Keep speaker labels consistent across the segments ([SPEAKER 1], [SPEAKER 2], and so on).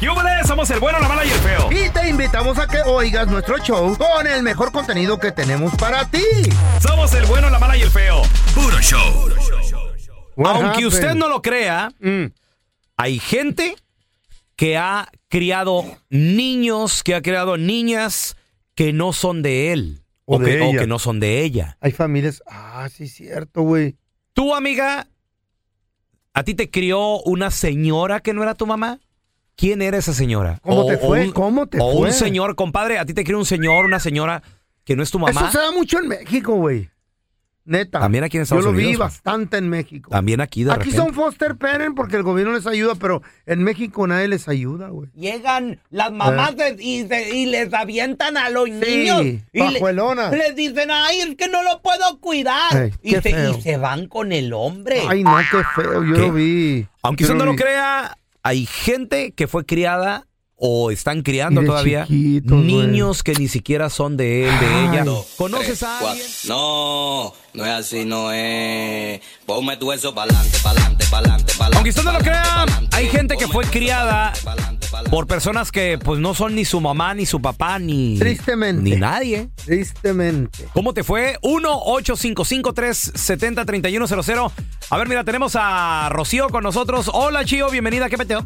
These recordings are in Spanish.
[SPEAKER 1] ¡Yúbales! Somos el bueno, la mala y el feo.
[SPEAKER 2] Y te invitamos a que oigas nuestro show con el mejor contenido que tenemos para ti.
[SPEAKER 1] Somos el bueno, la mala y el feo. Puro show.
[SPEAKER 2] What
[SPEAKER 1] Aunque
[SPEAKER 2] happened? Mm.
[SPEAKER 1] usted no lo crea, hay gente que ha criado niños, que ha creado niñas que no son de él
[SPEAKER 2] O
[SPEAKER 1] o,
[SPEAKER 2] de
[SPEAKER 1] que, o
[SPEAKER 2] ella.
[SPEAKER 1] que no son de ella.
[SPEAKER 2] Hay familias. Ah, sí, cierto, güey.
[SPEAKER 1] ¿Tu amiga, a ti te crió una señora que no era tu mamá? ¿Quién era esa señora?
[SPEAKER 2] ¿Cómo
[SPEAKER 1] O-
[SPEAKER 2] te
[SPEAKER 1] o
[SPEAKER 2] fue?
[SPEAKER 1] un-
[SPEAKER 2] ¿Cómo te
[SPEAKER 1] o
[SPEAKER 2] fue?
[SPEAKER 1] un señor, compadre, a ti te crió un señor, una señora que no es tu mamá.
[SPEAKER 2] Eso se da mucho en México, güey. Neta.
[SPEAKER 1] También aquí en Estados
[SPEAKER 2] Yo lo vi
[SPEAKER 1] Unidos, güey.
[SPEAKER 2] bastante en México.
[SPEAKER 1] También aquí de
[SPEAKER 2] Aquí
[SPEAKER 1] repente.
[SPEAKER 2] son foster parent porque el gobierno les ayuda, pero en México nadie les ayuda, güey. Ah,
[SPEAKER 3] Llegan las mamás de- y, se- y les avientan a los niños. Y le-
[SPEAKER 2] pajuelona.
[SPEAKER 3] les dicen, ay, es que no lo puedo cuidar.
[SPEAKER 2] Ey,
[SPEAKER 3] y,
[SPEAKER 2] qué
[SPEAKER 3] se, y
[SPEAKER 2] feo.
[SPEAKER 3] se van con el hombre.
[SPEAKER 2] Ay, no, qué feo, yo
[SPEAKER 1] ¿Qué?
[SPEAKER 2] lo vi.
[SPEAKER 1] Aunque
[SPEAKER 2] Yo
[SPEAKER 1] usted no lo
[SPEAKER 2] vi.
[SPEAKER 1] crea, hay gente que fue criada o están criando
[SPEAKER 2] Y de
[SPEAKER 1] todavía
[SPEAKER 2] chiquitos, güey.
[SPEAKER 1] niños que ni siquiera son de él, de ella. ¿Conoces a alguien?
[SPEAKER 4] No, no es así, no es. Ponme tu eso pa'lante, pa'lante, pa'lante, pa'lante.
[SPEAKER 1] Aunque usted no lo crea,
[SPEAKER 4] pa'lante,
[SPEAKER 1] hay gente que
[SPEAKER 4] ponme
[SPEAKER 1] fue
[SPEAKER 4] tu eso
[SPEAKER 1] criada
[SPEAKER 4] pa'lante, pa'lante, pa'lante.
[SPEAKER 1] por personas que pues no son ni su mamá, ni su papá, ni,
[SPEAKER 2] Tristemente.
[SPEAKER 1] ni nadie.
[SPEAKER 2] Tristemente.
[SPEAKER 1] ¿Cómo te fue? 1-855-370-3100. A ver, mira, tenemos a Rocío con nosotros. Hola, Chío, bienvenida. ¿Qué peteo?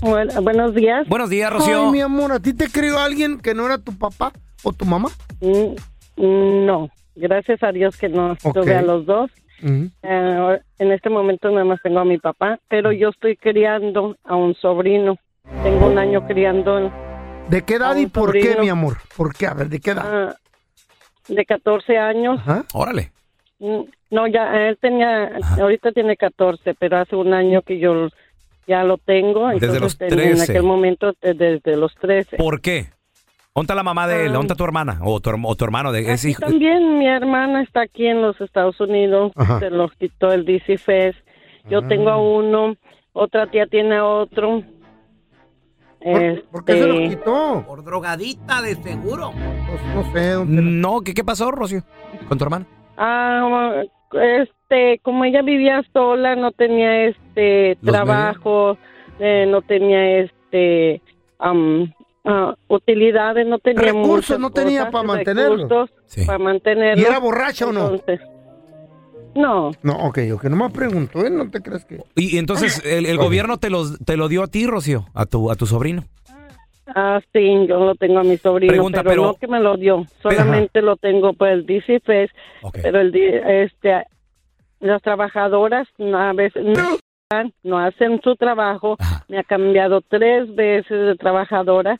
[SPEAKER 5] Bueno, buenos días.
[SPEAKER 1] Buenos días,
[SPEAKER 2] Ay,
[SPEAKER 1] Rocío.
[SPEAKER 2] mi amor, ¿a ti te crió alguien que no era tu papá o tu mamá?
[SPEAKER 5] Mm, mm, No, gracias a Dios que no tuve
[SPEAKER 2] Ok.
[SPEAKER 5] a los dos. Eh, ahora- en este momento nada más tengo a mi papá, pero yo estoy criando a un sobrino. Tengo un año criando
[SPEAKER 2] ¿De qué edad
[SPEAKER 5] A un
[SPEAKER 2] y por
[SPEAKER 5] sobrino.
[SPEAKER 2] qué, mi amor? ¿Por qué? A ver, ¿de qué edad? ¿Ah?
[SPEAKER 5] ah, de 14 años.
[SPEAKER 2] Ajá.
[SPEAKER 1] Órale.
[SPEAKER 5] Mm, No, ya él tenía,
[SPEAKER 1] Ajá.
[SPEAKER 5] ahorita tiene 14, pero hace un año que yo ya lo tengo.
[SPEAKER 1] Desde
[SPEAKER 5] entonces,
[SPEAKER 1] los
[SPEAKER 5] en- En
[SPEAKER 1] 13.
[SPEAKER 5] aquel momento, eh, desde los 13.
[SPEAKER 1] ¿Por qué? ¿Onta la mamá de él?
[SPEAKER 5] Ah.
[SPEAKER 1] ¿Onta tu hermana? ¿O tu, herm- o tu hermano? De, es
[SPEAKER 5] Aquí
[SPEAKER 1] hijo-
[SPEAKER 5] También mi hermana está aquí en los Estados Unidos,
[SPEAKER 2] Ajá. Ah.
[SPEAKER 5] se los quitó el DC Fest. Yo tengo a uno, otra tía tiene a otro.
[SPEAKER 2] ¿Por, por qué se lo
[SPEAKER 5] Este,
[SPEAKER 2] quitó?
[SPEAKER 3] Por drogadita, de seguro.
[SPEAKER 2] Pues, no sé. don
[SPEAKER 5] mm,
[SPEAKER 2] Tela.
[SPEAKER 1] No, ¿qué, ¿qué pasó, Rocío? ¿Con tu hermana?
[SPEAKER 5] ah, este, como ella vivía sola, no tenía este
[SPEAKER 1] Los
[SPEAKER 5] trabajo, eh, no tenía este am, ah, utilidades, no tenía
[SPEAKER 2] Recursos,
[SPEAKER 5] muchas
[SPEAKER 2] no tenía
[SPEAKER 5] cosas,
[SPEAKER 2] pa' mantenerlo.
[SPEAKER 5] recursos
[SPEAKER 1] Sí.
[SPEAKER 5] Para mantenerlo.
[SPEAKER 2] ¿Y era borracha o no?
[SPEAKER 5] Entonces, no.
[SPEAKER 2] No, ok, ok. Nomás pregunto, ¿eh? No te creas que...
[SPEAKER 1] Y, y entonces el, el
[SPEAKER 2] Oye.
[SPEAKER 1] gobierno te, los, te lo dio a ti, Rocío, a tu, a tu sobrino.
[SPEAKER 5] Ah, sí, yo lo tengo a mi sobrino,
[SPEAKER 1] Pregunta,
[SPEAKER 5] pero,
[SPEAKER 1] pero-
[SPEAKER 5] no que me lo dio, solamente lo tengo pues, por el DC Fest,
[SPEAKER 1] Ok.
[SPEAKER 5] pero el di- este las trabajadoras a veces no, no hacen su trabajo,
[SPEAKER 1] Ajá.
[SPEAKER 5] me ha cambiado tres veces de trabajadora.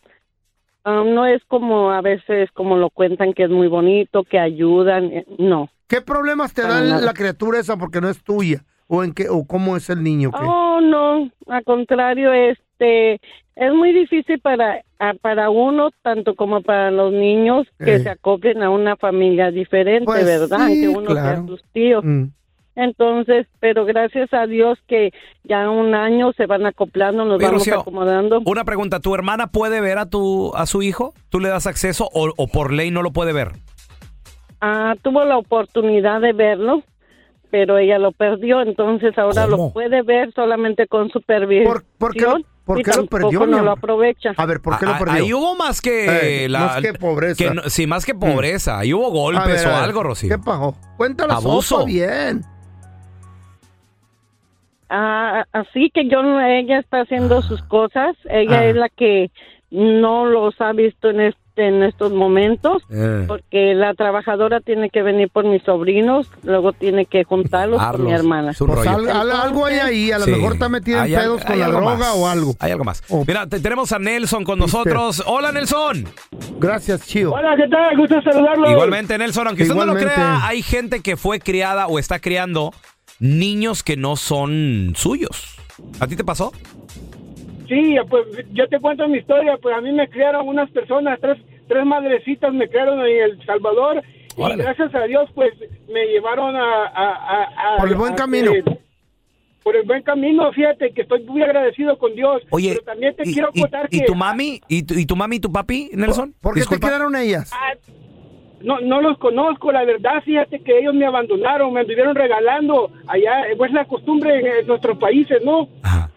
[SPEAKER 5] Ah, no es como a veces como lo cuentan que es muy bonito, que ayudan, eh, no.
[SPEAKER 2] ¿Qué problemas te da
[SPEAKER 5] Para nada.
[SPEAKER 2] la criatura esa porque no es tuya? ¿O en qué? ¿O cómo es el niño? ¿Qué?
[SPEAKER 5] Oh, no, al contrario, este, es muy difícil para, a- para uno, tanto como para los niños, que
[SPEAKER 2] Eh.
[SPEAKER 5] se acoplen a una familia diferente,
[SPEAKER 2] Pues
[SPEAKER 5] ¿verdad?
[SPEAKER 2] sí,
[SPEAKER 5] que uno
[SPEAKER 2] claro.
[SPEAKER 5] sea sus tíos.
[SPEAKER 2] Mm.
[SPEAKER 5] Entonces, pero gracias a Dios que ya un año se van acoplando, nos
[SPEAKER 1] Oye,
[SPEAKER 5] vamos
[SPEAKER 1] Rocío,
[SPEAKER 5] acomodando.
[SPEAKER 1] Una pregunta, ¿tu hermana puede ver a tu a su hijo? ¿Tú le das acceso o, o por ley no lo puede ver?
[SPEAKER 5] Ah, tuvo la oportunidad de verlo, pero ella lo perdió, entonces ahora
[SPEAKER 1] ¿Cómo?
[SPEAKER 5] lo puede ver solamente con supervisión.
[SPEAKER 2] ¿Por- por qué lo- por
[SPEAKER 5] y
[SPEAKER 2] qué lo perdió,
[SPEAKER 5] tampoco
[SPEAKER 2] mi
[SPEAKER 5] No lo
[SPEAKER 2] amor?
[SPEAKER 5] aprovecha.
[SPEAKER 2] A ver, ¿por qué
[SPEAKER 1] A-
[SPEAKER 2] lo
[SPEAKER 1] a-
[SPEAKER 2] perdió?
[SPEAKER 1] Ah, Ahí hubo más que
[SPEAKER 2] Eh,
[SPEAKER 1] la
[SPEAKER 2] más que pobreza. Mm.
[SPEAKER 1] que no- sí, más que pobreza. Ahí hubo
[SPEAKER 2] A
[SPEAKER 1] golpes
[SPEAKER 2] ver, a
[SPEAKER 1] o
[SPEAKER 2] ver,
[SPEAKER 1] algo, Rocío.
[SPEAKER 2] ¿Qué pasó? Cuéntala
[SPEAKER 1] Abuso.
[SPEAKER 2] sopa bien.
[SPEAKER 5] Ah, así que yo, no- ella está haciendo sus cosas. Ella
[SPEAKER 2] Ah.
[SPEAKER 5] es la que no los ha visto en, este, en estos momentos,
[SPEAKER 1] Eh.
[SPEAKER 5] porque la trabajadora tiene que venir por mis sobrinos, luego tiene que juntarlos con mi
[SPEAKER 1] Arlos,
[SPEAKER 5] hermana.
[SPEAKER 1] es un
[SPEAKER 2] Pues
[SPEAKER 1] rollo.
[SPEAKER 2] al- al- algo hay ahí, a lo
[SPEAKER 1] Sí.
[SPEAKER 2] mejor está metida en
[SPEAKER 1] Hay al-
[SPEAKER 2] pedos con
[SPEAKER 1] hay
[SPEAKER 2] la
[SPEAKER 1] algo
[SPEAKER 2] droga
[SPEAKER 1] más.
[SPEAKER 2] o algo. Oh.
[SPEAKER 1] Hay algo más.
[SPEAKER 2] O-
[SPEAKER 1] Mira, te- tenemos a Nelson con nosotros. Hola, Nelson.
[SPEAKER 2] Gracias, Chío.
[SPEAKER 6] Hola, ¿qué tal? Gusto saludarlo.
[SPEAKER 1] Igualmente, Nelson, aunque usted no lo
[SPEAKER 2] Igualmente.
[SPEAKER 1] crea, hay gente que fue criada o está criando niños que no son suyos. ¿A ti te pasó?
[SPEAKER 6] Sí, pues yo te cuento mi historia. Pues a mí me criaron unas personas, tres, tres madrecitas me criaron en El Salvador.
[SPEAKER 1] Órale.
[SPEAKER 6] Y gracias a Dios, pues me llevaron a. a- a- a-
[SPEAKER 2] Por el buen
[SPEAKER 6] a-
[SPEAKER 2] camino.
[SPEAKER 6] eh, por el buen camino, fíjate que estoy muy agradecido con Dios.
[SPEAKER 1] Oye,
[SPEAKER 6] pero también te
[SPEAKER 1] y,
[SPEAKER 6] quiero
[SPEAKER 1] y-
[SPEAKER 6] contar
[SPEAKER 1] y
[SPEAKER 6] que.
[SPEAKER 1] tu mami? ¿Y tu, y tu mami y tu papi, Nelson?
[SPEAKER 2] ¿Por qué
[SPEAKER 1] Disculpa.
[SPEAKER 2] te quedaron ellas?
[SPEAKER 6] Ah, No, no los conozco, la verdad, fíjate que ellos me abandonaron, me anduvieron regalando allá, eh, pues la costumbre en, en nuestros países, ¿no?
[SPEAKER 1] Ajá.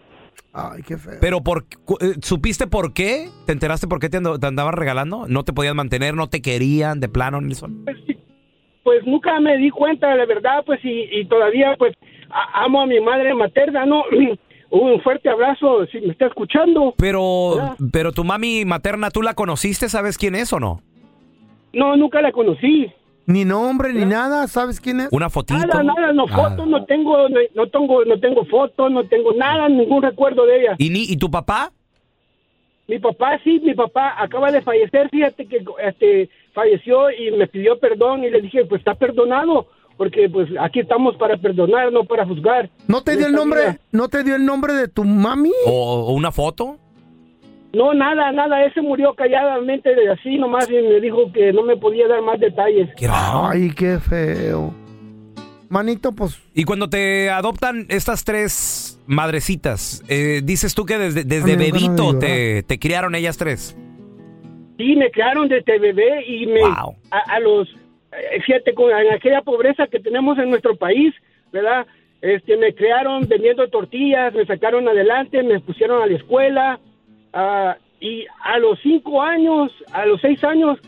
[SPEAKER 2] Ay, qué feo.
[SPEAKER 1] Pero por, cu- eh, ¿supiste por qué? ¿Te enteraste por qué te, ando- te andaban regalando? ¿No te podían mantener? ¿No te querían de plano, Nelson?
[SPEAKER 6] pues nunca me di cuenta, la verdad, pues, y, y todavía, pues, a- amo a mi madre materna, ¿no? Un fuerte abrazo, si me está escuchando.
[SPEAKER 1] Pero, pero tu mami materna, ¿tú la conociste? ¿Sabes quién es o no?
[SPEAKER 6] No, nunca la conocí.
[SPEAKER 2] Ni nombre, ni nada, ¿sabes quién es?
[SPEAKER 1] ¿Una fotito?
[SPEAKER 6] Nada, nada, no
[SPEAKER 1] Ah.
[SPEAKER 6] fotos, no tengo, no, no tengo, no tengo fotos, no tengo nada, ningún recuerdo de ella.
[SPEAKER 1] ¿Y, ni, ¿Y tu papá?
[SPEAKER 6] Mi papá, sí, mi papá acaba de fallecer, fíjate que este, falleció y me pidió perdón y le dije, pues está perdonado, porque pues aquí estamos para perdonar, no para juzgar.
[SPEAKER 2] ¿No te dio el nombre? ¿No te dio el nombre de tu mami?
[SPEAKER 1] ¿O, o una foto?
[SPEAKER 6] No, nada, nada, ese murió calladamente de así nomás y me dijo que no me podía dar más detalles.
[SPEAKER 1] Qué raro.
[SPEAKER 2] Ay, qué feo. Manito, pues,
[SPEAKER 1] Y cuando te adoptan estas tres madrecitas, eh, dices tú que desde, desde
[SPEAKER 2] Amigo, no
[SPEAKER 1] bebito
[SPEAKER 2] digo,
[SPEAKER 1] te, te criaron ellas tres.
[SPEAKER 6] Sí, me crearon desde bebé y me
[SPEAKER 1] Wow.
[SPEAKER 6] a, a los eh, fíjate con en aquella pobreza que tenemos en nuestro país, ¿verdad? Este me crearon vendiendo tortillas, me sacaron adelante, me pusieron a la escuela ah, y a los cinco años, a los seis años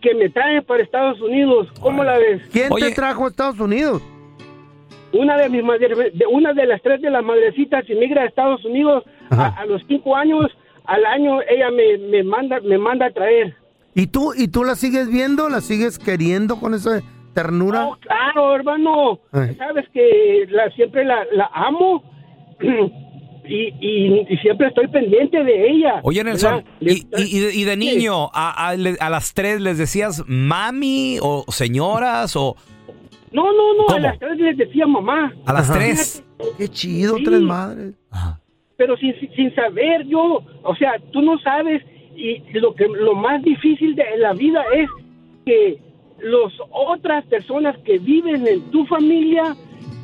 [SPEAKER 6] que me traen para Estados Unidos, ¿cómo la ves?
[SPEAKER 2] ¿quién
[SPEAKER 1] Oye.
[SPEAKER 2] te trajo a Estados Unidos?
[SPEAKER 6] Una de mis madre- de- una de las tres de las madrecitas inmigra a Estados Unidos a,
[SPEAKER 2] Ajá.
[SPEAKER 6] a los cinco años, al año ella me, me manda me manda a traer.
[SPEAKER 2] ¿Y tú, y tú la sigues viendo? ¿La sigues queriendo con esa ternura?
[SPEAKER 6] No, claro, hermano.
[SPEAKER 2] Ay.
[SPEAKER 6] Sabes que la, siempre la, la amo y, y- y siempre estoy pendiente de ella.
[SPEAKER 1] Oye, Nelson,
[SPEAKER 6] ¿verdad?
[SPEAKER 1] y, y- y de, y de niño, a, a- le- a las tres les decías mami o señoras o
[SPEAKER 6] No, no, no,
[SPEAKER 1] ¿Cómo?
[SPEAKER 6] a las tres les decía mamá.
[SPEAKER 1] a las
[SPEAKER 2] Ajá.
[SPEAKER 1] tres.
[SPEAKER 2] Qué chido,
[SPEAKER 6] Sí.
[SPEAKER 2] tres madres.
[SPEAKER 1] Ajá.
[SPEAKER 6] Pero sin, sin- sin saber yo, o sea, tú no sabes y lo que lo más difícil de la vida es que las otras personas que viven en tu familia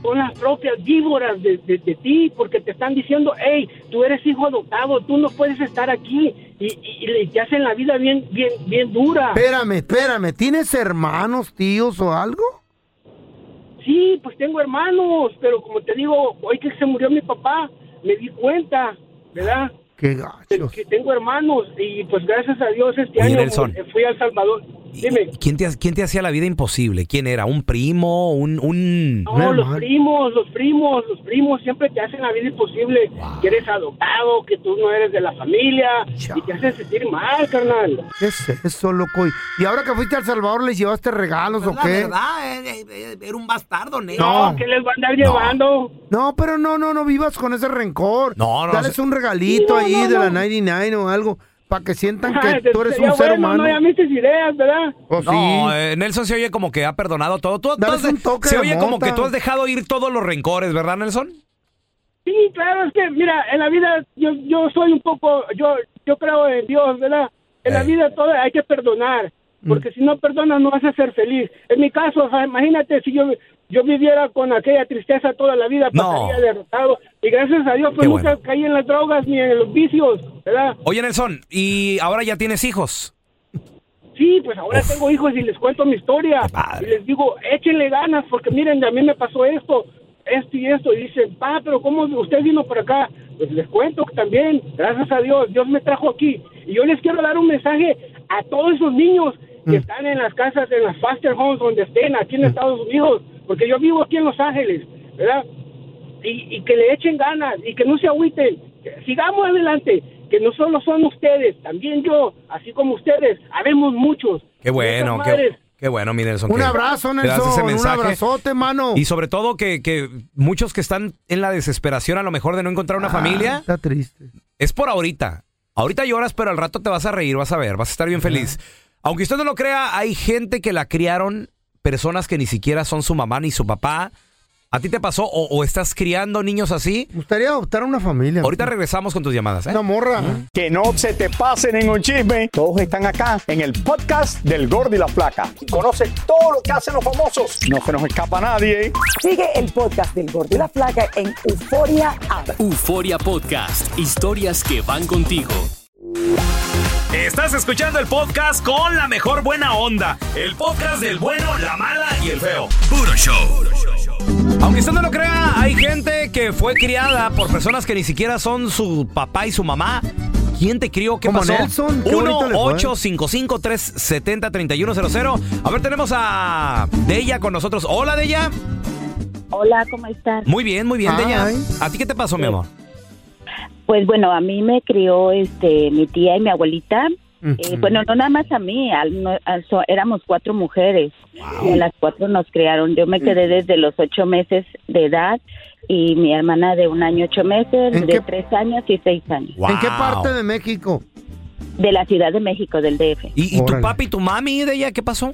[SPEAKER 6] son las propias víboras de, de- de ti, porque te están diciendo, hey, tú eres hijo adoptado, tú no puedes estar aquí, y, y- y le- te hacen la vida bien, bien, bien dura.
[SPEAKER 2] Espérame, espérame. ¿Tienes hermanos, tíos o algo?
[SPEAKER 6] Sí, pues tengo hermanos, pero como te digo, hoy que se murió mi papá, me di cuenta, ¿verdad?
[SPEAKER 2] Qué
[SPEAKER 6] que,
[SPEAKER 2] gachos.
[SPEAKER 6] que tengo hermanos y pues gracias a Dios este
[SPEAKER 1] Oye,
[SPEAKER 6] año
[SPEAKER 1] Nelson.
[SPEAKER 6] eh, fui al Salvador.
[SPEAKER 1] ¿Y-
[SPEAKER 6] Dime,
[SPEAKER 1] ¿Quién te, ha- quién te hacía la vida imposible? ¿Quién era? ¿Un primo? ¿Un...? un...
[SPEAKER 6] no,
[SPEAKER 2] un hermano.
[SPEAKER 6] los primos, los primos, los primos siempre te hacen la vida imposible,
[SPEAKER 1] Wow.
[SPEAKER 6] que eres adoptado, que tú no eres de la familia
[SPEAKER 2] Chale.
[SPEAKER 6] y te hacen sentir mal, carnal.
[SPEAKER 2] ¿Qué es eso, loco? ¿Y- ¿Y ahora que fuiste al Salvador les llevaste regalos o qué?
[SPEAKER 1] eh, era un bastardo, Nelson.
[SPEAKER 2] No.
[SPEAKER 6] No, que les va a andar llevando.
[SPEAKER 2] No, pero no, no, no vivas con ese rencor.
[SPEAKER 1] No, no,
[SPEAKER 2] Dales
[SPEAKER 1] se-
[SPEAKER 2] un regalito
[SPEAKER 6] No,
[SPEAKER 2] ahí
[SPEAKER 6] no,
[SPEAKER 2] de la
[SPEAKER 6] no.
[SPEAKER 2] 99 o algo para que sientan
[SPEAKER 6] Ay,
[SPEAKER 2] que tú eres
[SPEAKER 6] sería
[SPEAKER 2] un ser
[SPEAKER 6] bueno, No, ya
[SPEAKER 2] humano.
[SPEAKER 6] me hiciste ideas, ¿verdad?
[SPEAKER 2] O
[SPEAKER 1] No,
[SPEAKER 2] sí.
[SPEAKER 1] eh, Nelson se oye como que ha perdonado todo. Tú, tú
[SPEAKER 2] Dales
[SPEAKER 1] has de-
[SPEAKER 2] un toque
[SPEAKER 1] se
[SPEAKER 2] de
[SPEAKER 1] oye como
[SPEAKER 2] mota.
[SPEAKER 1] que tú has dejado ir todos los rencores, ¿verdad, Nelson?
[SPEAKER 6] Sí, claro, es que mira, en la vida yo, yo soy un poco, yo, yo creo en Dios, ¿verdad? En la
[SPEAKER 1] Ey.
[SPEAKER 6] vida todo hay que perdonar,
[SPEAKER 1] Mm.
[SPEAKER 6] porque si no perdonas no vas a ser feliz. En mi caso, o sea, imagínate si yo, yo viviera con aquella tristeza toda la vida,
[SPEAKER 1] No.
[SPEAKER 6] pasaría derrotado. Y gracias a Dios, pues
[SPEAKER 1] Qué
[SPEAKER 6] nunca
[SPEAKER 1] bueno.
[SPEAKER 6] caí en las drogas ni en los vicios, ¿verdad?
[SPEAKER 1] Oye, Nelson, ¿y ahora ya tienes hijos?
[SPEAKER 6] Sí, pues ahora
[SPEAKER 1] Uf.
[SPEAKER 6] tengo hijos y les cuento mi historia.
[SPEAKER 1] Qué padre.
[SPEAKER 6] Y les digo, échenle ganas, porque miren, a mí me pasó esto, esto y esto. Y dicen, pa, pero ¿cómo usted vino por acá? Pues les cuento que también, gracias a Dios, Dios me trajo aquí. Y yo les quiero dar un mensaje a todos esos niños
[SPEAKER 1] Mm.
[SPEAKER 6] que están en las casas, en las foster homes, donde estén, aquí en Estados Unidos, porque yo vivo aquí en Los Ángeles, ¿verdad? y, y que le echen ganas y que no se agüiten. Que Sigamos adelante, que no solo son ustedes, también yo, así como ustedes, habemos muchos.
[SPEAKER 1] Qué bueno,
[SPEAKER 6] Nuestras
[SPEAKER 1] qué,
[SPEAKER 6] madres,
[SPEAKER 1] qué bueno, mi Nelson.
[SPEAKER 2] Un
[SPEAKER 1] que-
[SPEAKER 2] abrazo,
[SPEAKER 1] que das ese
[SPEAKER 2] Nelson. Un
[SPEAKER 1] mensaje.
[SPEAKER 2] abrazote, mano.
[SPEAKER 1] Y sobre todo que, que muchos que están en la desesperación a lo mejor de no encontrar una familia,
[SPEAKER 2] Está triste.
[SPEAKER 1] es por ahorita. Ahorita lloras, pero al rato te vas a reír, vas a ver, vas a estar bien feliz. Aunque usted no lo crea, hay gente que la criaron personas que ni siquiera son su mamá ni su papá. ¿A ti te pasó o, o estás criando niños así?
[SPEAKER 2] Me gustaría adoptar una familia.
[SPEAKER 1] Ahorita regresamos con tus llamadas, ¿eh?
[SPEAKER 2] Una morra.
[SPEAKER 7] Que no se te pase ningún chisme. Todos están acá en el podcast del Gordi y la Flaca. Y conoce todo lo que hacen los famosos. No se nos escapa nadie.
[SPEAKER 8] Sigue el podcast del Gordo y la Flaca en Euforia App.
[SPEAKER 9] Euforia Podcast, historias que van contigo.
[SPEAKER 1] Estás escuchando el podcast con la mejor buena onda. El podcast del bueno, la mala y el feo.
[SPEAKER 9] Puro show.
[SPEAKER 1] Aunque usted no lo crea, hay gente que fue criada por personas que ni siquiera son su papá y su mamá. ¿Quién te crió? ¿Qué
[SPEAKER 2] Como
[SPEAKER 1] pasó?
[SPEAKER 2] Nelson, qué bonito le fue.
[SPEAKER 1] 1-855-370-3100. A ver, tenemos a Deya con nosotros. Hola, Deya.
[SPEAKER 10] Hola, ¿cómo estás?
[SPEAKER 1] Muy bien, muy bien, Deya.
[SPEAKER 2] Ay.
[SPEAKER 1] ¿A ti qué te pasó, mi amor?
[SPEAKER 10] Pues bueno, a mí me crió este mi tía y mi abuelita. Eh,
[SPEAKER 2] Mm.
[SPEAKER 10] bueno, no nada más a mí, al- no- al- so- éramos cuatro mujeres y a las cuatro nos criaron. Yo me quedé desde los ocho meses de edad y mi hermana de un año ocho meses,
[SPEAKER 2] ¿En
[SPEAKER 10] de
[SPEAKER 2] qué-
[SPEAKER 10] tres años y seis años,
[SPEAKER 2] ¿En qué
[SPEAKER 1] Wow.
[SPEAKER 2] parte de México?
[SPEAKER 10] de la Ciudad de México, del DF.
[SPEAKER 1] ¿Y, y tu
[SPEAKER 2] Órale.
[SPEAKER 1] papi y tu mami, Deya? ¿Qué pasó?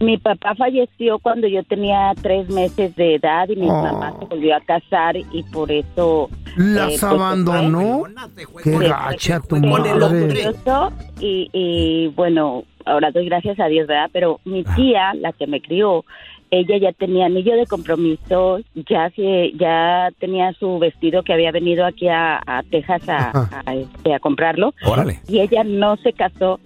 [SPEAKER 10] Mi papá falleció cuando yo tenía tres meses de edad y mi
[SPEAKER 2] Oh.
[SPEAKER 10] mamá se volvió a casar y por eso... eh,
[SPEAKER 2] ¿Las
[SPEAKER 10] pues,
[SPEAKER 2] abandonó?
[SPEAKER 6] pues,
[SPEAKER 2] Qué
[SPEAKER 10] Sí,
[SPEAKER 2] gacha tu
[SPEAKER 10] bueno, lo
[SPEAKER 2] madre.
[SPEAKER 10] curioso, y, y, bueno, ahora doy gracias a Dios, ¿verdad? Pero mi
[SPEAKER 2] Ah.
[SPEAKER 10] tía, la que me crió, ella ya tenía anillo de compromiso, ya se, ya tenía su vestido que había venido aquí a, a Texas a,
[SPEAKER 2] Ajá.
[SPEAKER 10] a, este, a comprarlo,
[SPEAKER 1] Órale.
[SPEAKER 10] y ella no se casó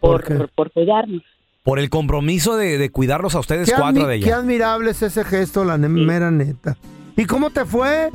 [SPEAKER 2] ¿Por
[SPEAKER 10] por,
[SPEAKER 2] qué?
[SPEAKER 10] por, cuidarnos.
[SPEAKER 1] Por el compromiso de, de cuidarlos a ustedes
[SPEAKER 2] Qué,
[SPEAKER 1] cuatro,
[SPEAKER 2] admi-
[SPEAKER 1] Deya.
[SPEAKER 2] qué admirable es ese gesto, la ne- mera neta. ¿Y cómo te fue?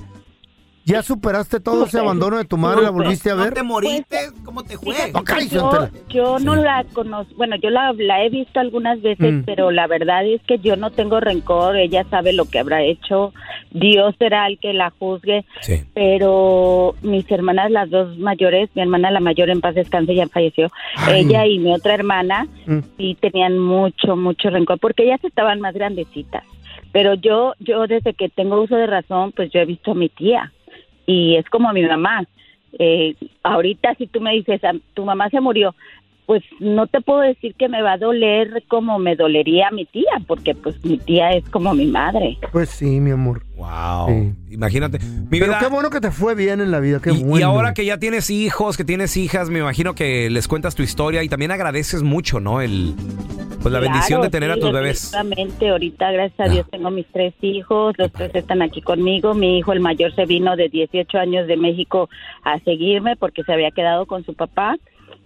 [SPEAKER 2] ¿Ya superaste todo ese abandono de tu madre? ¿La volviste a ver?
[SPEAKER 10] moriste?
[SPEAKER 3] ¿Cómo te
[SPEAKER 2] No, cállese,
[SPEAKER 10] Yo,
[SPEAKER 2] Antela.
[SPEAKER 10] yo no la conozco, bueno, yo la, la he visto algunas veces,
[SPEAKER 2] Mm.
[SPEAKER 10] pero la verdad es que yo no tengo rencor, ella sabe lo que habrá hecho, Dios será el que la juzgue,
[SPEAKER 1] Sí.
[SPEAKER 10] pero mis hermanas, las dos mayores, mi hermana la mayor en paz descanse ya falleció,
[SPEAKER 2] Ay.
[SPEAKER 10] ella y mi otra hermana
[SPEAKER 2] Mm.
[SPEAKER 10] sí tenían mucho, mucho rencor, porque ellas estaban más grandecitas, pero yo, yo desde que tengo uso de razón, pues yo he visto a mi tía y es como mi mamá. Eh, ahorita si tú me dices, "Ah, tu mamá se murió, pues no te puedo decir que me va a doler como me dolería a mi tía, porque pues mi tía es como mi madre.
[SPEAKER 2] Pues sí, mi amor.
[SPEAKER 1] Wow.
[SPEAKER 2] Sí.
[SPEAKER 1] Imagínate. Mi
[SPEAKER 2] Pero
[SPEAKER 1] vida-
[SPEAKER 2] qué bueno que te fue bien en la vida, qué
[SPEAKER 1] y, y
[SPEAKER 2] bueno.
[SPEAKER 1] ahora que ya tienes hijos, que tienes hijas, me imagino que les cuentas tu historia y también agradeces mucho, ¿no? El, pues la
[SPEAKER 10] Claro,
[SPEAKER 1] bendición de tener a
[SPEAKER 10] sí,
[SPEAKER 1] tus bebés.
[SPEAKER 10] definitivamente. ahorita gracias a
[SPEAKER 1] Ah.
[SPEAKER 10] Dios tengo mis tres hijos, los tres están aquí conmigo, mi hijo el mayor se vino de 18 años de México a seguirme porque se había quedado con su papá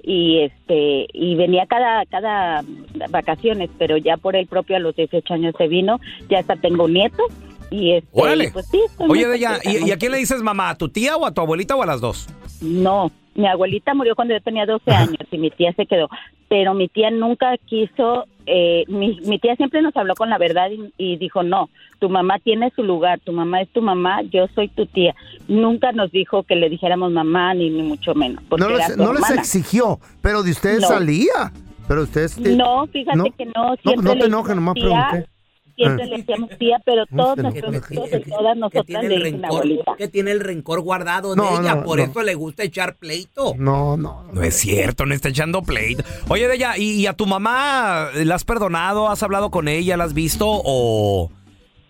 [SPEAKER 10] y este y venía cada cada vacaciones, pero ya por él propio a los 18 años se vino, ya hasta tengo un nieto y este
[SPEAKER 1] Órale.
[SPEAKER 10] pues sí, estoy
[SPEAKER 1] Oye,
[SPEAKER 10] muy
[SPEAKER 1] Deya,
[SPEAKER 10] contenta,
[SPEAKER 1] ¿y, y
[SPEAKER 10] muy
[SPEAKER 1] a quién le dices mamá? ¿A tu tía o a tu abuelita o a las dos?
[SPEAKER 10] no, mi abuelita murió cuando yo tenía 12 años y mi tía se quedó, pero mi tía nunca quiso, eh, mi, mi tía siempre nos habló con la verdad y, y dijo, no, tu mamá tiene su lugar, tu mamá es tu mamá, yo soy tu tía. Nunca nos dijo que le dijéramos mamá ni, ni mucho menos. Porque
[SPEAKER 2] no
[SPEAKER 10] era
[SPEAKER 2] les,
[SPEAKER 10] su
[SPEAKER 2] no les
[SPEAKER 10] hermana.
[SPEAKER 2] exigió, pero de ustedes
[SPEAKER 10] No.
[SPEAKER 2] salía. Pero ustedes... te-
[SPEAKER 10] No, fíjate
[SPEAKER 2] no.
[SPEAKER 10] que no,
[SPEAKER 2] No,
[SPEAKER 10] siempre
[SPEAKER 2] no
[SPEAKER 10] le
[SPEAKER 2] te enojes, nomás
[SPEAKER 10] decía-
[SPEAKER 2] pregunté.
[SPEAKER 10] Siempre
[SPEAKER 2] Ah.
[SPEAKER 10] le decíamos tía, pero
[SPEAKER 2] No,
[SPEAKER 10] todos
[SPEAKER 2] te lo-
[SPEAKER 10] nosotros,
[SPEAKER 2] que-
[SPEAKER 10] todos y todas nosotras le dicen abuelita.
[SPEAKER 3] que tiene el rencor guardado
[SPEAKER 2] No,
[SPEAKER 3] de ella,
[SPEAKER 2] no,
[SPEAKER 3] por
[SPEAKER 2] no.
[SPEAKER 3] eso le gusta echar pleito.
[SPEAKER 2] No, no.
[SPEAKER 1] No es cierto, no está echando pleito. Oye, Deya, ¿y, y a tu mamá la has perdonado? ¿Has hablado con ella? ¿La has visto? ¿O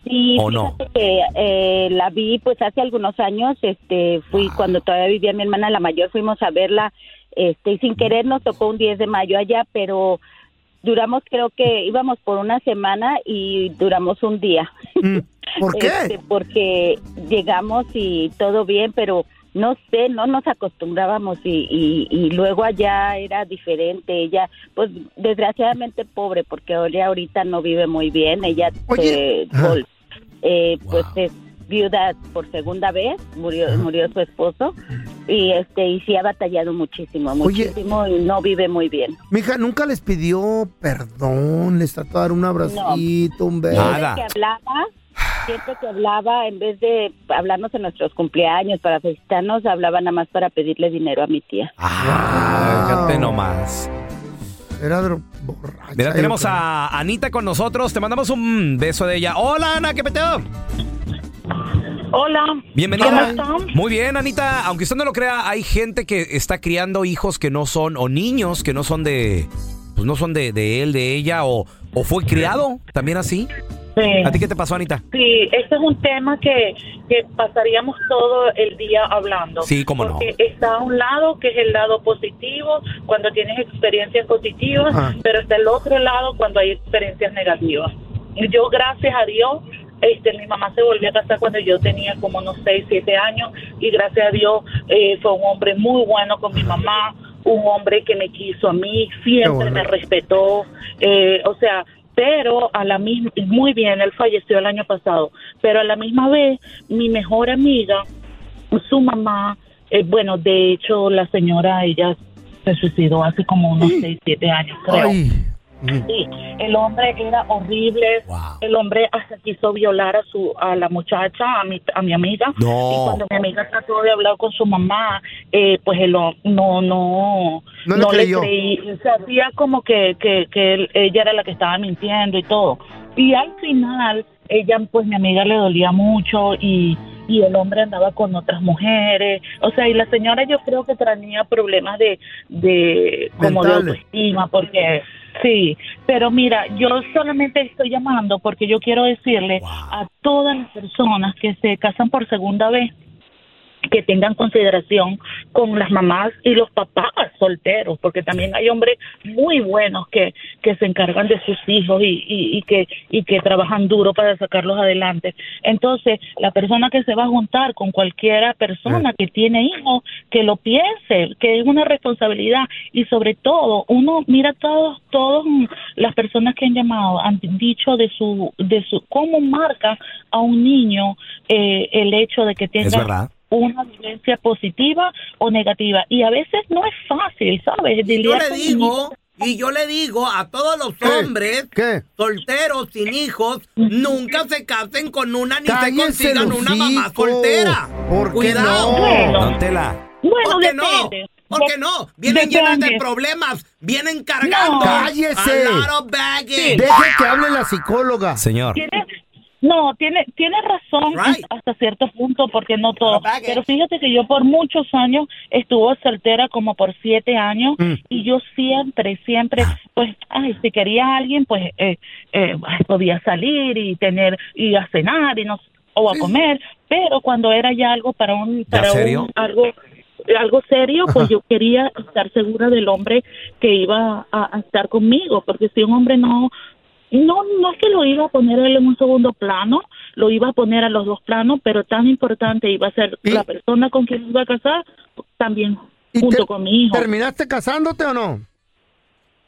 [SPEAKER 10] Sí,
[SPEAKER 1] ¿O no?
[SPEAKER 10] fíjate que eh, la vi pues hace algunos años, este, fui
[SPEAKER 1] Ah.
[SPEAKER 10] cuando todavía vivía mi hermana la mayor, fuimos a verla, este, y sin querer nos tocó un 10 de mayo allá, pero duramos creo que íbamos por una semana y duramos un día.
[SPEAKER 2] Mm, ¿Por
[SPEAKER 10] Este,
[SPEAKER 2] qué?
[SPEAKER 10] porque llegamos y todo bien, pero no sé, no nos acostumbrábamos y, y, y luego allá era diferente. Ella, pues desgraciadamente pobre, porque ahora- ahorita no vive muy bien. Ella,
[SPEAKER 2] Oye.
[SPEAKER 10] eh, gol- eh, pues
[SPEAKER 1] Wow.
[SPEAKER 10] es viuda por segunda vez, murió murió su esposo y este y sí ha batallado muchísimo,
[SPEAKER 2] Oye.
[SPEAKER 10] muchísimo y no vive muy bien.
[SPEAKER 2] Mija, nunca les pidió perdón, les trató de dar un abracito, un beso.
[SPEAKER 1] Nada.
[SPEAKER 10] Siempre que hablaba, siempre que hablaba, en vez de hablarnos en nuestros cumpleaños para felicitarnos, hablaba nada más para pedirle dinero a mi tía.
[SPEAKER 2] Wow.
[SPEAKER 1] Ah, fíjate nomás.
[SPEAKER 2] Era dro- borracha.
[SPEAKER 1] Mira,
[SPEAKER 2] yo
[SPEAKER 1] tenemos
[SPEAKER 2] creo.
[SPEAKER 1] a Anita con nosotros. Te mandamos un beso de ella. Hola, Ana, ¿qué peteo?
[SPEAKER 10] Hola.
[SPEAKER 1] Bienvenida.
[SPEAKER 10] ¿Cómo están?
[SPEAKER 1] Muy bien, Anita. Aunque usted no lo crea, hay gente que está criando hijos que no son, o niños que no son de, pues no son de, de él, de ella, o, o fue criado también así.
[SPEAKER 11] Sí,
[SPEAKER 1] ¿A ti qué te pasó, Anita?
[SPEAKER 11] sí, este es un tema que, que pasaríamos todo el día hablando.
[SPEAKER 1] Sí, cómo no.
[SPEAKER 11] Porque está un lado que es el lado positivo, cuando tienes experiencias positivas,
[SPEAKER 2] Ajá.
[SPEAKER 11] pero está el otro lado cuando hay experiencias negativas. Y Yo, gracias a Dios, este, mi mamá se volvió a casar cuando yo tenía como unos 6, 7 años y gracias a Dios eh, fue un hombre muy bueno con mi mamá, un hombre que me quiso a mí,
[SPEAKER 2] Qué
[SPEAKER 11] siempre
[SPEAKER 2] bueno.
[SPEAKER 11] me respetó, eh, o sea,
[SPEAKER 10] pero a la misma, muy bien, él falleció el año pasado, pero a la misma vez mi mejor amiga, su mamá, eh, bueno, de hecho la señora, ella se suicidó hace como unos 6, 7 años, creo. Sí, el hombre era horrible. El hombre hasta quiso violar a su a la muchacha, a mi, a mi amiga.
[SPEAKER 12] No.
[SPEAKER 10] Y cuando mi amiga trató de hablar con su mamá, eh, pues el hom- no no
[SPEAKER 12] No le creyó.
[SPEAKER 10] creí. Se hacía como que que, que él- ella era la que estaba mintiendo y todo. Y al final ella pues mi amiga le dolía mucho y y el hombre andaba con otras mujeres, o sea, y la señora yo creo que tenía problemas de, de como de
[SPEAKER 12] Mentales.
[SPEAKER 10] autoestima, porque sí, pero mira, yo solamente estoy llamando porque yo quiero decirle a todas las personas que se casan por segunda vez que tengan consideración con las mamás y los papás solteros, porque también hay hombres muy buenos que, que se encargan de sus hijos y, y, y que, y que trabajan duro para sacarlos adelante. Entonces, la persona que se va a juntar con cualquiera persona que tiene hijos, que lo piense, que es una responsabilidad y sobre todo, uno mira todos, todos mm, las personas que han llamado han dicho de su, de su, cómo marca a un niño eh, el hecho de que tenga
[SPEAKER 13] verdad.
[SPEAKER 10] una vivencia positiva o negativa. Y a veces no es fácil,
[SPEAKER 1] Y
[SPEAKER 10] ¿sabes?
[SPEAKER 1] yo
[SPEAKER 10] Lidiar
[SPEAKER 1] le
[SPEAKER 10] con
[SPEAKER 1] digo, y yo le digo a todos los hombres solteros sin hijos, nunca se casen con una ni se
[SPEAKER 2] Cállense
[SPEAKER 1] consigan
[SPEAKER 2] el
[SPEAKER 1] una mamá
[SPEAKER 2] hocico.
[SPEAKER 1] soltera.
[SPEAKER 2] ¿Por qué
[SPEAKER 1] Cuidado.
[SPEAKER 2] no?
[SPEAKER 1] Don
[SPEAKER 10] Bueno,
[SPEAKER 1] ¿Por qué
[SPEAKER 10] depende.
[SPEAKER 1] no? ¿Por qué no? Vienen
[SPEAKER 2] Depende.
[SPEAKER 1] llenas de problemas, vienen cargando.
[SPEAKER 2] ¡Cállese!
[SPEAKER 1] a lot of baggage.
[SPEAKER 2] Deje que hable la psicóloga.
[SPEAKER 13] Señor.
[SPEAKER 10] Tiene- no, tiene, tiene razón hasta cierto punto, porque no todo. Pero fíjate que yo por muchos años estuve soltera, como por siete años, y yo siempre, siempre, pues, ay, si quería a alguien, pues eh, eh, podía salir y tener, y a cenar y no, sé, o a comer, pero cuando era ya algo para un, para
[SPEAKER 12] serio?
[SPEAKER 10] un, algo algo serio, pues yo quería estar segura del hombre que iba a, a estar conmigo, porque si un hombre no, no, no es que lo iba a poner él en un segundo plano, lo iba a poner a los dos planos, pero tan importante iba a ser la persona con quien iba a casar, también junto con mi hijo.
[SPEAKER 2] ¿Terminaste casándote o no?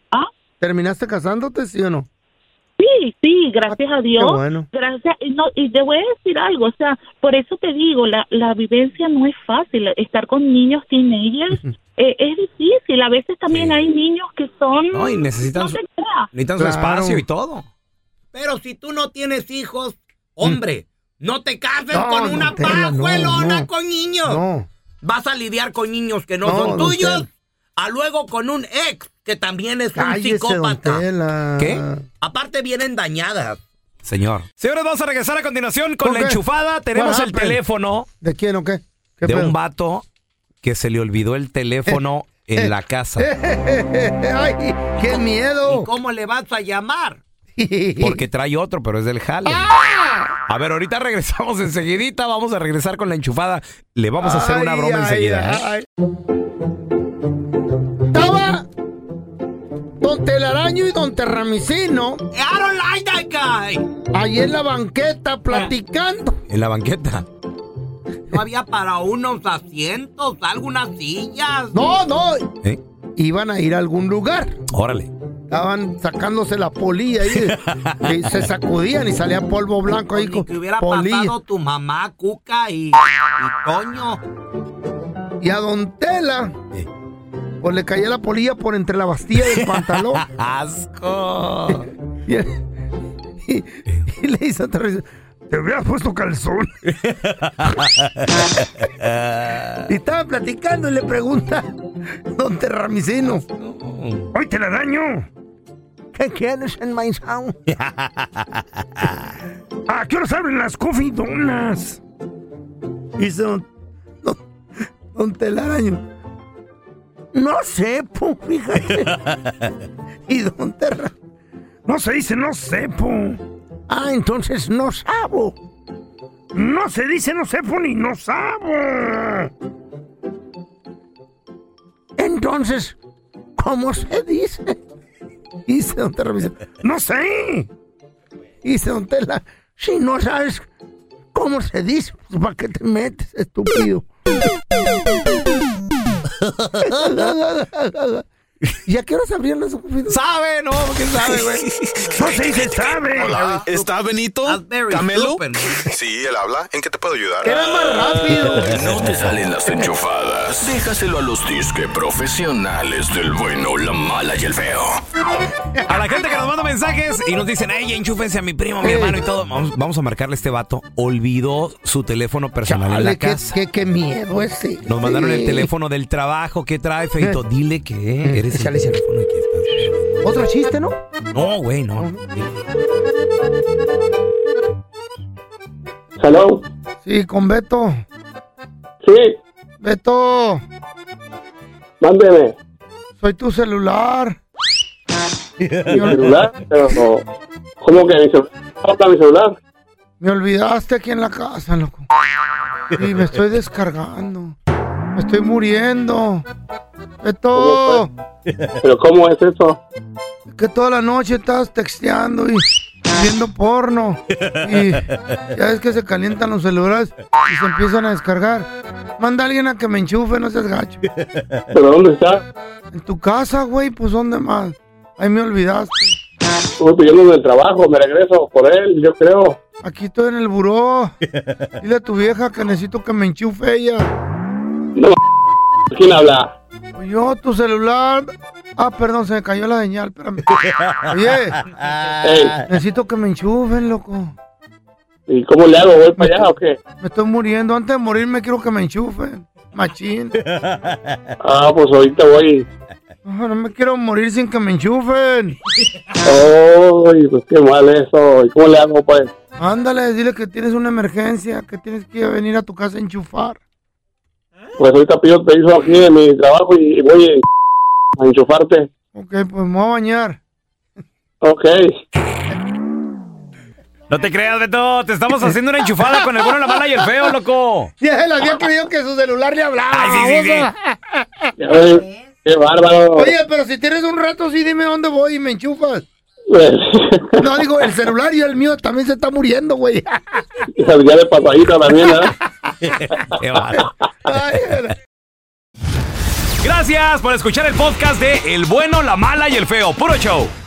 [SPEAKER 10] ¿Ah?
[SPEAKER 2] ¿Terminaste casándote, sí o no?
[SPEAKER 10] Sí, sí, gracias a Dios.
[SPEAKER 2] bueno.
[SPEAKER 10] Gracias. Y, no, y te voy a decir algo, o sea, por eso te digo, la, la vivencia no es fácil. Estar con niños teenagers eh, es difícil. A veces también hay niños que son...
[SPEAKER 13] No, y necesitan
[SPEAKER 10] no
[SPEAKER 13] su-
[SPEAKER 10] te creas.
[SPEAKER 13] Necesitan su espacio y todo.
[SPEAKER 1] Pero si tú no tienes hijos, hombre, no te cases
[SPEAKER 13] Mm. No,
[SPEAKER 1] con
[SPEAKER 13] no,
[SPEAKER 1] una
[SPEAKER 13] Tela, no,
[SPEAKER 1] pajuelona
[SPEAKER 13] no.
[SPEAKER 1] con niños.
[SPEAKER 13] No.
[SPEAKER 1] Vas a lidiar con niños que no,
[SPEAKER 2] No,
[SPEAKER 1] son
[SPEAKER 2] don
[SPEAKER 1] tuyos,
[SPEAKER 2] Tela.
[SPEAKER 1] a luego con un ex que también es
[SPEAKER 2] Cállese,
[SPEAKER 1] un
[SPEAKER 2] don
[SPEAKER 1] psicópata.
[SPEAKER 2] Tela.
[SPEAKER 1] Aparte vienen dañadas.
[SPEAKER 13] Señor. Señores, vamos a regresar a continuación con
[SPEAKER 2] ¿Por
[SPEAKER 13] la
[SPEAKER 2] qué?
[SPEAKER 13] enchufada. Tenemos
[SPEAKER 2] What
[SPEAKER 13] el
[SPEAKER 2] happened?
[SPEAKER 13] teléfono
[SPEAKER 2] ¿De quién o qué? ¿Qué
[SPEAKER 13] de
[SPEAKER 2] pedo?
[SPEAKER 13] un vato que se le olvidó el teléfono en la casa.
[SPEAKER 2] ¡Ay, qué miedo!
[SPEAKER 1] ¿Y cómo le vas a llamar?
[SPEAKER 13] Porque trae otro, pero es del jale. A ver, ahorita regresamos enseguidita. Vamos a regresar con la enchufada. Le vamos a hacer una
[SPEAKER 2] Ay,
[SPEAKER 13] broma
[SPEAKER 2] ay,
[SPEAKER 13] enseguida. ¿eh?
[SPEAKER 2] ay. Estaba Don Telaraño y Don Terramicino.
[SPEAKER 1] I don't like that guy.
[SPEAKER 2] Ahí en la banqueta platicando.
[SPEAKER 13] En la banqueta.
[SPEAKER 1] No había para unos asientos, algunas sillas.
[SPEAKER 2] No, no.
[SPEAKER 13] ¿Eh?
[SPEAKER 2] Iban a ir a algún lugar.
[SPEAKER 13] Órale.
[SPEAKER 2] Estaban sacándose la polilla ahí. y se sacudían y salía polvo blanco ahí con
[SPEAKER 1] Que hubiera
[SPEAKER 2] polilla.
[SPEAKER 1] pasado tu mamá, Cuca y, y Toño.
[SPEAKER 2] Y a Don Tela, pues le caía la polilla por entre la bastilla del pantalón.
[SPEAKER 13] ¡Asco!
[SPEAKER 2] y, y- y le dice a Terramicino, te hubieras puesto calzón. Y estaba platicando y le pregunta Don Terramicino. ¡Ay, te la daño! ¿Qué quieres en my sound? ¿A qué horas abren las cofidonas? Dice don, don, don Telaraño. No sé, po, fíjate. y Don Terra. No se dice no sé, po. Ah, entonces no sabo. No se dice no sé, po, ni no sabo. Entonces, ¿cómo se dice? Dice Don Tela, dice, no sé. Dice Don Tela, si no sabes cómo se dice, pues, ¿para qué te metes, estúpido? ¿Y a qué hora se abrían los ocupidos?
[SPEAKER 1] ¿Sabe? No, ¿quién sabe, güey?
[SPEAKER 2] No se dice sabe.
[SPEAKER 9] Hola, ¿está Benito? ¿Camelo? Sí, él habla. ¿En qué te puedo ayudar?
[SPEAKER 2] Era más rápido.
[SPEAKER 9] No te salen las enchufadas. Déjaselo a los disque profesionales del bueno, la mala y el feo.
[SPEAKER 1] A la gente que nos manda mensajes y nos dicen, ay, enchúfense a mi primo, a mi hermano y todo. Vamos, vamos a marcarle a este vato. Olvidó su teléfono personal en la
[SPEAKER 2] Dale, qué,
[SPEAKER 1] casa.
[SPEAKER 2] qué, qué miedo ese.
[SPEAKER 1] Nos mandaron
[SPEAKER 2] Sí.
[SPEAKER 1] el teléfono del trabajo. ¿Qué trae, Feito? Dile que eres el teléfono que estás.
[SPEAKER 2] Otro chiste, ¿no?
[SPEAKER 1] No, güey, no.
[SPEAKER 2] Hello. Sí, con Beto. Sí. Beto. Mándeme. Soy tu celular.
[SPEAKER 6] Mi celular, pero ¿Cómo que mi celular? ¿Habla mi celular?
[SPEAKER 2] Me olvidaste aquí en la casa, loco. Y me estoy descargando. Me estoy muriendo. Beto.
[SPEAKER 6] ¿Pero cómo es eso?
[SPEAKER 2] Que toda la noche estás texteando y viendo porno. Y ya ves que se calientan los celulares y se empiezan a descargar. Manda a alguien a que me enchufe, no seas gacho.
[SPEAKER 6] ¿Pero dónde está?
[SPEAKER 2] En tu casa, güey, pues ¿dónde más? Ahí me olvidaste.
[SPEAKER 6] Uy, pues yo no del trabajo, me regreso por él, yo creo.
[SPEAKER 2] Aquí estoy en el buró. Dile a tu vieja que necesito que me enchufe ella.
[SPEAKER 6] ¿Quién habla?
[SPEAKER 2] Pues Yo, tu celular. Ah, perdón, se me cayó la señal, espérame. Oye, necesito que me enchufen, loco.
[SPEAKER 6] ¿Y cómo le hago? ¿Voy para allá o qué?
[SPEAKER 2] Me estoy muriendo. Antes de morirme quiero que me enchufen. Machín.
[SPEAKER 6] Ah, pues ahorita voy.
[SPEAKER 2] Ah, No me quiero morir sin que me enchufen.
[SPEAKER 6] Ay, pues qué mal eso. ¿Y cómo le hago, pues?
[SPEAKER 2] Ándale, dile que tienes una emergencia, que tienes que venir a tu casa a enchufar.
[SPEAKER 6] Pues ahorita pido permiso aquí de mi trabajo y y voy a enchufarte.
[SPEAKER 2] Ok, pues me voy a bañar.
[SPEAKER 6] Ok.
[SPEAKER 1] No te creas, Beto. Te estamos haciendo una enchufada con el bueno, la mala y el feo, loco.
[SPEAKER 2] Ya él había creído que su celular le hablaba.
[SPEAKER 1] Ay, sí, sí,
[SPEAKER 2] baboso.
[SPEAKER 6] Qué bárbaro.
[SPEAKER 2] Oye, pero si tienes un rato, sí, dime dónde voy y me enchufas. No, digo, el celular y el mío también se está muriendo, güey.
[SPEAKER 6] Ya de pasadita también, ¿eh?
[SPEAKER 2] Ah,
[SPEAKER 1] Qué bárbaro. Gracias por escuchar el podcast de El bueno, la mala y el feo. Puro show.